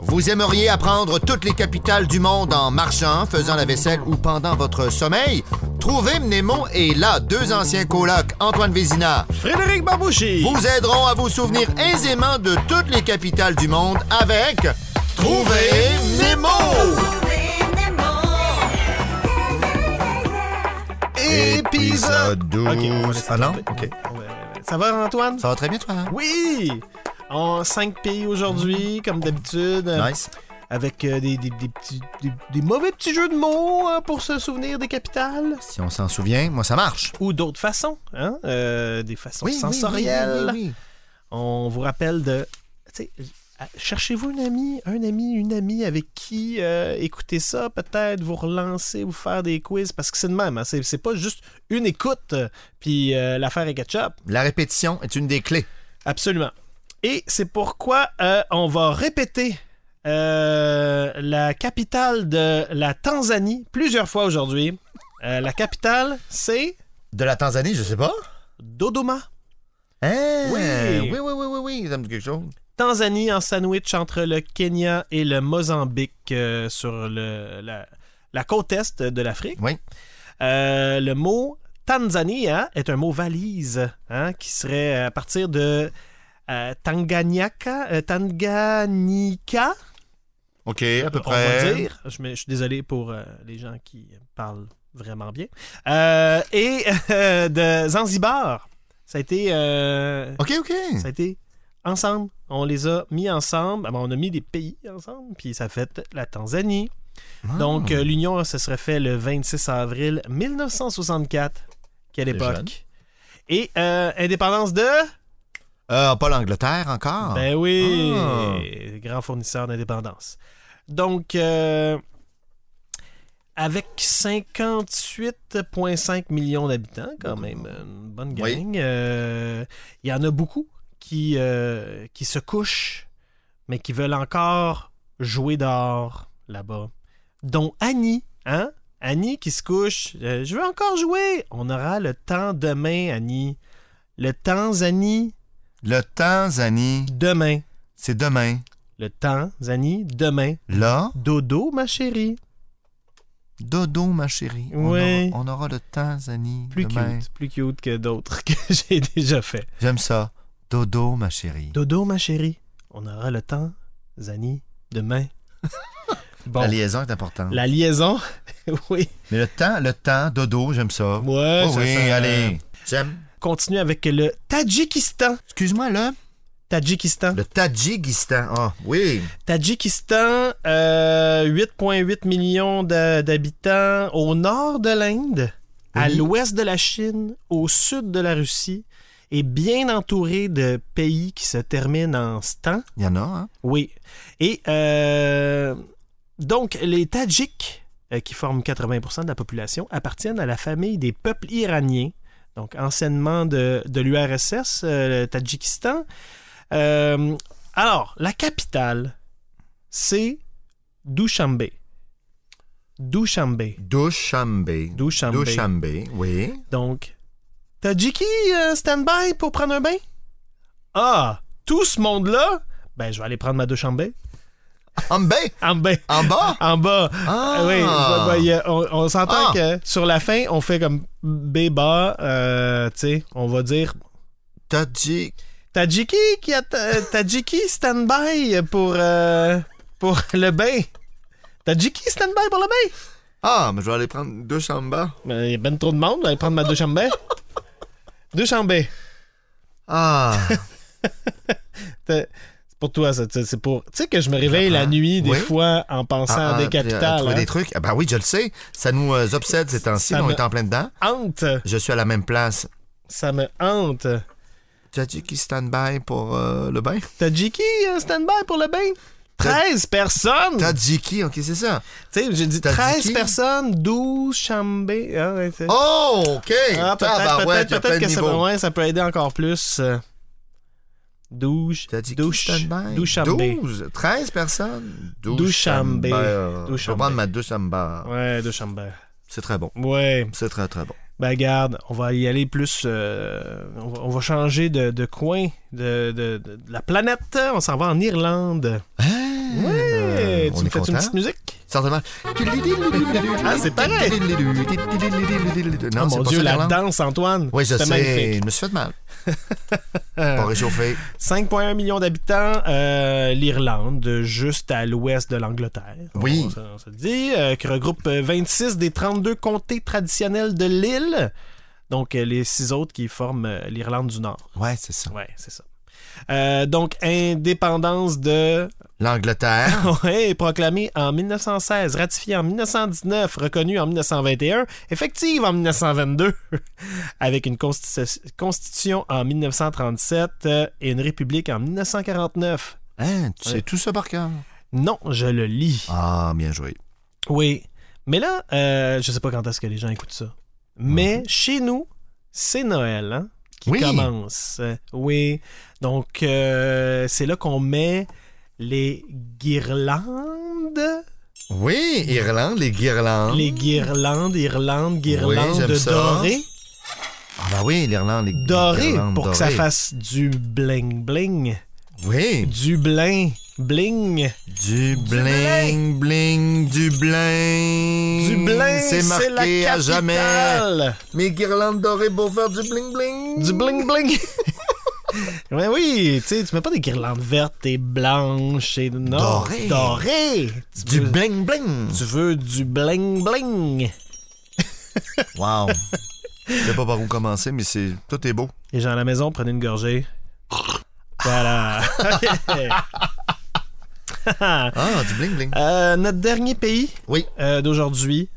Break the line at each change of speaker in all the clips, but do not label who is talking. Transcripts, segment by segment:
Vous aimeriez apprendre toutes les capitales du monde en marchant, faisant la vaisselle ou pendant votre sommeil? Trouvez Mnemo et là, deux anciens colocs, Antoine Vézina,
Frédéric Babouchi.
vous aideront à vous souvenir aisément de toutes les capitales du monde avec Trouvez Mnemo!
Épisode
12.
Ok, on va laisser
ah non?
tomber.
OK.
Ouais, ouais. Ça va, Antoine?
Ça va très bien, toi? hein?
Oui! En 5 pays aujourd'hui, comme d'habitude. euh,
Nice.
Avec euh, des, des- des petits, des, des mauvais petits jeux de mots hein, pour se souvenir des capitales.
Si on s'en souvient, moi, ça marche.
Ou d'autres façons, hein? euh, des façons sensorielles.
oui,
On vous rappelle de. tu sais, euh, Cherchez-vous un ami, un ami, une amie avec qui euh, écouter ça, peut-être vous relancer, vous faire des quiz, parce que c'est de même. hein, c'est c'est pas juste une écoute, euh, puis euh, l'affaire est ketchup.
oui. La répétition est une des clés.
Absolument. Et c'est pourquoi euh, on va répéter euh, la capitale de la Tanzanie plusieurs fois aujourd'hui. Euh, la capitale, c'est
De la Tanzanie, je sais pas.
Dodoma.
Hein?
Oui.
oui, oui, oui, oui, oui, ça me dit quelque chose.
Tanzanie en sandwich entre le Kenya et le Mozambique euh, sur le- la, la côte est de l'Afrique.
Oui.
Euh, le mot Tanzania est un mot valise hein, qui serait à partir de euh, Tanganyika, euh, Tanganyika,
OK, à peu
on va
près.
dire. Je, me- je suis désolé pour euh, les gens qui parlent vraiment bien. Euh, et euh, de Zanzibar. Ça a été euh,
OK, OK.
ça a été ensemble. On les a mis ensemble. Ah ben, On a mis des pays ensemble, puis ça a fait la Tanzanie.
Ah.
Donc, euh, l'union se serait fait le 26 avril 1964. Quelle
C'est jeune.
époque. Et euh, indépendance de...
Euh, pas l'Angleterre encore.
Ben oui,
Ah.
grand fournisseur d'indépendance. Donc, euh, avec 58,5 millions d'habitants, quand même, une bonne gang,
Oui.
euh, il y en a beaucoup qui, euh, qui se couchent, mais qui veulent encore jouer dehors, là-bas. Dont Annie, hein? Annie qui se couche. euh, je veux encore jouer. On aura le temps demain, Annie. Le temps, Annie,
Le Tanzanie,
demain.
c'est demain.
Le temps, Zani, demain.
Là,
Dodo, ma chérie.
dodo, ma chérie.
Oui.
On, aura, on aura le Tanzanie
Plus
demain.
cute, plus cute que d'autres que j'ai déjà fait.
J'aime ça. Dodo, ma chérie.
Dodo, ma chérie. On aura le temps, Zani, demain. Bon,
La liaison est importante.
la liaison, oui.
Mais le temps, le temps, dodo, j'aime ça.
Ouais,
Oh
ça, euh,
oui,
ça-
allez. J'aime.
Continue avec le Tadjikistan.
Excuse-moi, là.
Tadjikistan.
Le Tadjikistan. Ah, oui.
Tadjikistan, euh, 8,8 millions de- d'habitants au nord de l'Inde, à
Oui.
l'ouest de la Chine, au sud de la Russie, et bien entouré de pays qui se terminent en stan.
Il y en a, hein?
Oui. Et euh, donc, les Tadjiks, euh, qui forment 80% de la population, appartiennent à la famille des peuples iraniens, donc anciennement de, de l'URSS, euh, le Tadjikistan. Euh, alors, la capitale, c'est Dushanbe. Dushanbe.
Dushanbe.
Dushanbe.
Dushanbe, oui.
Donc, Tadjiki, euh, stand-by pour prendre un bain? Ah, tout ce monde-là? Ben, je vais aller prendre ma Dushanbe.
En bas?
En bain.
En bas?
En bas.
Ah!
Ah Oui, bah, bah, y a- on, on s'entend
Ah.
que sur la fin, on fait comme Béba, euh, tu sais, on va dire
Tadjik.
Tadjiki, qui a ta- Tadjiki, stand-by pour, euh, pour le bain. Tadjiki, stand-by pour le bain.
Ah, mais je vais aller prendre Dushanbe.
Mais Il y a ben trop de monde, allez prendre ma douche en bain. Douche en bain.
Ah.
T'as- C'est pour toi, ça. tu sais, C'est pour. Tu sais que je me réveille la
J'apprends.
nuit, des
Ah, Oui.
fois, en pensant
Ah,
à
ah,
des
puis, euh,
capitales.
trouver
hein.
des trucs. Ah, ben oui, je le sais. Ça nous euh, obsède ces temps-ci.
Ça
mais On
me-
est en plein dedans.
Hante.
Je suis à la même place.
Ça me hante.
Tadjikistan by pour euh, le bain.
Tadjiki, euh, stand-by pour le bain. 13 personnes!
Tadjiki, ok, c'est ça.
Tu sais, j'ai dit
T'as dit
13
qui?
personnes, 12 chambées. Ah, ouais, c'est-
Oh, ok.
Ah, peut-être,
Tabarouette,
peut-être,
il y a
peut-être
plein de
que ça,
niveaux.
peut- ouais, ça peut aider encore plus. euh, 12,
T'as dit
12,
qui, Stanbaye?
12 chambées.
12, 13 personnes.
Douze chambées.
chambées.
Douze
Je vais
chambées.
prendre ma douche chambées.
Ouais, 2 chambées.
C'est très bon.
Ouais,
C'est très, très bon.
ben garde, on va y aller plus. euh, on, va, on va changer de, de coin de, de- de- de la planète. On s'en va en Irlande.
Ah,
Ouais,
euh, on
tu me
est
fais une
content.
petite musique?
Certainement.
Ah, c'est pareil.
Non,
oh
c'est
mon
pas
Dieu,
ça,
la
l'Irlande.
danse, Antoine.
Oui, je
C'était
sais.
magnifique.
Je me suis fait mal.
Euh,
Pas réchauffé.
5,1 millions d'habitants, euh, l'Irlande, juste à l'ouest de l'Angleterre.
Oui.
On, se- on se le dit, euh, qui regroupe euh, 26 des 32 comtés traditionnels de l'île. Donc, euh, les six autres qui forment euh, l'Irlande du Nord.
Ouais, c'est ça.
Ouais, c'est ça. Euh, donc, indépendance de.
L'Angleterre.
Ouais, proclamée en 1916, ratifiée en 1919, reconnue en 1921, effective en 1922, avec une consti- constitution en 1937 euh, et une république en 1949.
Hein, tu
Ouais.
sais tout ça par cœur.
Non, je le lis.
Ah, bien joué.
Oui. Mais là, euh, je sais pas quand est-ce que les gens écoutent ça. Mais chez nous, c'est Noël hein, qui
Oui.
commence. Euh, Oui. Donc, euh, c'est là qu'on met les guirlandes.
Oui, Irlande, les guirlandes.
Les guirlandes, Irlande, guirlandes
Ah. j'aime ça.
dorées.
Ah, bah oui, l'Irlande, les
Dorées
guirlandes
pour que ça
dorées.
fasse du bling-bling.
Oui,
Du bling-bling.
du bling, bling, du bling.
Du bling,
Hmm, c'est marqué
la
à jamais.
capitale.
Mes guirlandes dorées pour faire du bling, bling.
Du bling bling. Ouais, oui, tu sais, tu mets pas des guirlandes vertes et blanches et non,
Dorées.
dorées. Tu,
Du
veux,
bling, bling.
tu veux du bling bling.
Wow. Je sais pas par où commencer, mais c'est tout est beau.
Les gens à la maison, prenez une gorgée. Voilà.
Ah, du bling, bling.
Euh, notre dernier pays
Oui.
euh, d'aujourd'hui,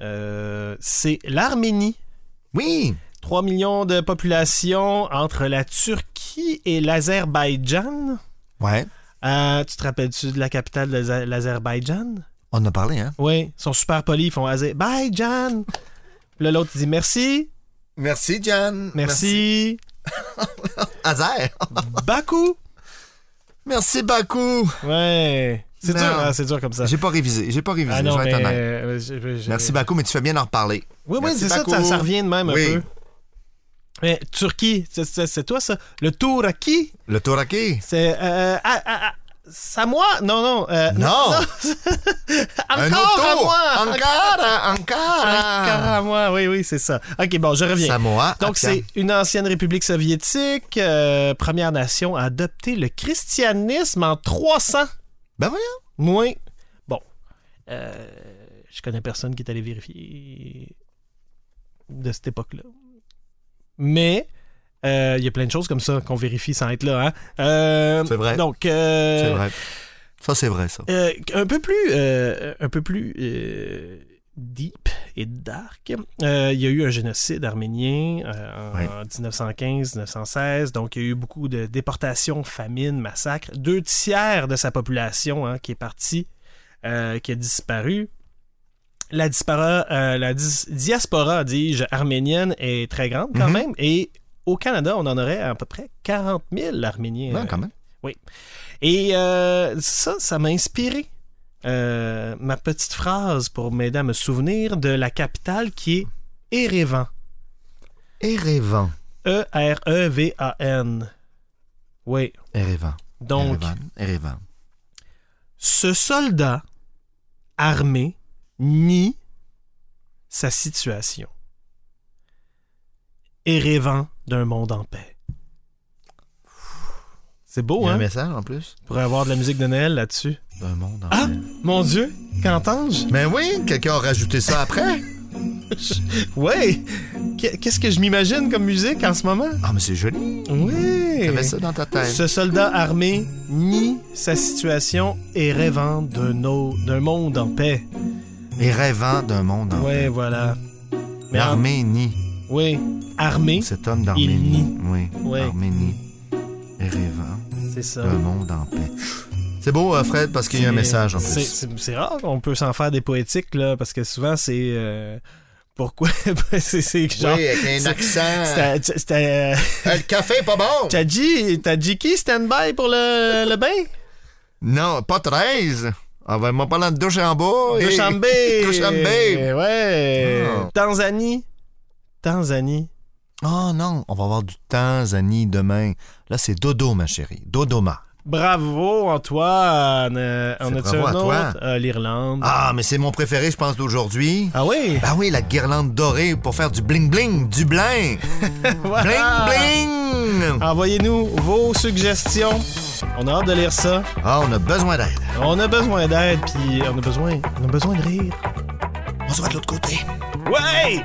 euh, c'est l'Arménie.
Oui.
3 millions de population entre la Turquie et l'Azerbaïdjan.
Ouais.
Euh, tu te rappelles-tu de la capitale de l'Azer- l'Azerbaïdjan?
On en a parlé, hein?
Oui, ils sont super polis, ils font Azé. Bye, Jan! Puis là, l'autre il dit merci,
Merci, Jan.
merci,
Azer.
Bakou!
Merci beaucoup.
Ouais. C'est
Non.
dur, hein, c'est dur comme ça.
J'ai pas révisé. J'ai pas révisé.
Ah non,
je vais
mais.
être honnête.
euh, je- je- je-
Merci beaucoup, mais tu fais bien d'en reparler.
Oui, oui,
Merci,
c'est ça,
Bakou.
ça, ça revient de même
Oui.
un peu. Mais Turquie, c'est- c'est c'est toi ça? Le Touraki?
Le Toraki.
C'est. Euh, ah, ah, ah, Samoa? Non, non. euh,
Non. Un
Encore
autre
à
tour. hein,
moi!
Ankara.
Encore
Ankara.
à moi, oui, oui, c'est ça. Ok, bon, je reviens.
Samoa.
Donc,
Apia.
c'est une ancienne république soviétique, euh, première nation à adopter le christianisme en 300.
Ben voyons.
Moins. Bon. Euh, je connais personne qui est allé vérifier de cette époque-là. Mais. euh, Il y a plein de choses comme ça qu'on vérifie sans être là. hein. Euh,
C'est vrai.
Donc, euh,
C'est vrai. Ça, c'est vrai, ça.
euh, un peu plus, euh, un peu plus euh, deep et dark. Euh, il y a eu un génocide arménien euh, en
Ouais.
1915-1916, donc il y a eu beaucoup de déportations, famines, massacres. Deux tiers de sa population hein, qui est partie, euh, qui a disparu. La, dispara- euh, la dis- diaspora, dis-je, arménienne est très grande quand
Mhm.
même. Et au Canada, on en aurait à peu près 40 000 Arméniens.
Non,
euh,
quand même.
et euh, ça, ça m'a inspiré euh, ma petite phrase pour m'aider à me souvenir de la capitale qui est Erevan. E
Erevan.
E-R-E-V-A-N. Oui.
Erevan.
Donc,
Erevan. Erevan.
ce soldat armé nie sa situation. Erevan d'un monde en paix. C'est
Il y
beau,
a un
hein?
message en plus.
Pour avoir de la musique de Noël là-dessus.
D'un monde en
Ah!
paix.
Mon Dieu, qu'entends-je?
Mais oui, quelqu'un a rajouté ça après.
Ouais! Qu- Qu'est-ce que je m'imagine comme musique en ce moment?
Ah, mais c'est joli.
Oui!
T'avais ça dans ta tête.
Ce soldat armé nie sa situation et rêvant d'un au- d'un monde en paix.
Et rêvant d'un monde en
Ouais,
paix.
voilà. Mais en-
L'Arménie.
Oui, armé,
Cet homme d'Arménie. Oui.
Ouais.
Arménie. Et rêvant
c'est ça.
d'un monde en paix. C'est beau, euh, Fred, parce Ah, qu'il y a un
C'est-
message en
c'est-
plus.
C'est c'est rare qu'on peut s'en faire des poétiques, là, parce que souvent, c'est... euh, pourquoi? c'est c'est genre...
avec
c'est-
accent.
c'était- C'était... euh,
Euh, Le café est pas bon.
T'as dit, t'as dit qui stand-by pour le, le bain?
Non, pas Ah, 13. On va m'en parler de Duchambeau. et-
Dushanbe.
Dushanbe.
Ouais.
Ah.
Tanzanie. Tanzanie.
Ah, Oh non, on va avoir du Tanzanie demain. Là, c'est Dodo, ma chérie. Dodoma.
Bravo, Antoine. Euh, on
C'est
a-tu
bravo
un
à toi.
autre? Euh, L'Irlande.
Ah, mais c'est mon préféré, je pense, d'aujourd'hui.
Ah oui?
Ben oui, la guirlande dorée pour faire du bling-bling, du bling.
Voilà.
Bling-bling!
Envoyez-nous vos suggestions. On a hâte de lire ça.
Ah, on a besoin d'aide.
On a besoin d'aide, puis on a besoin, on a besoin de rire.
On se voit de l'autre côté.
Ouais!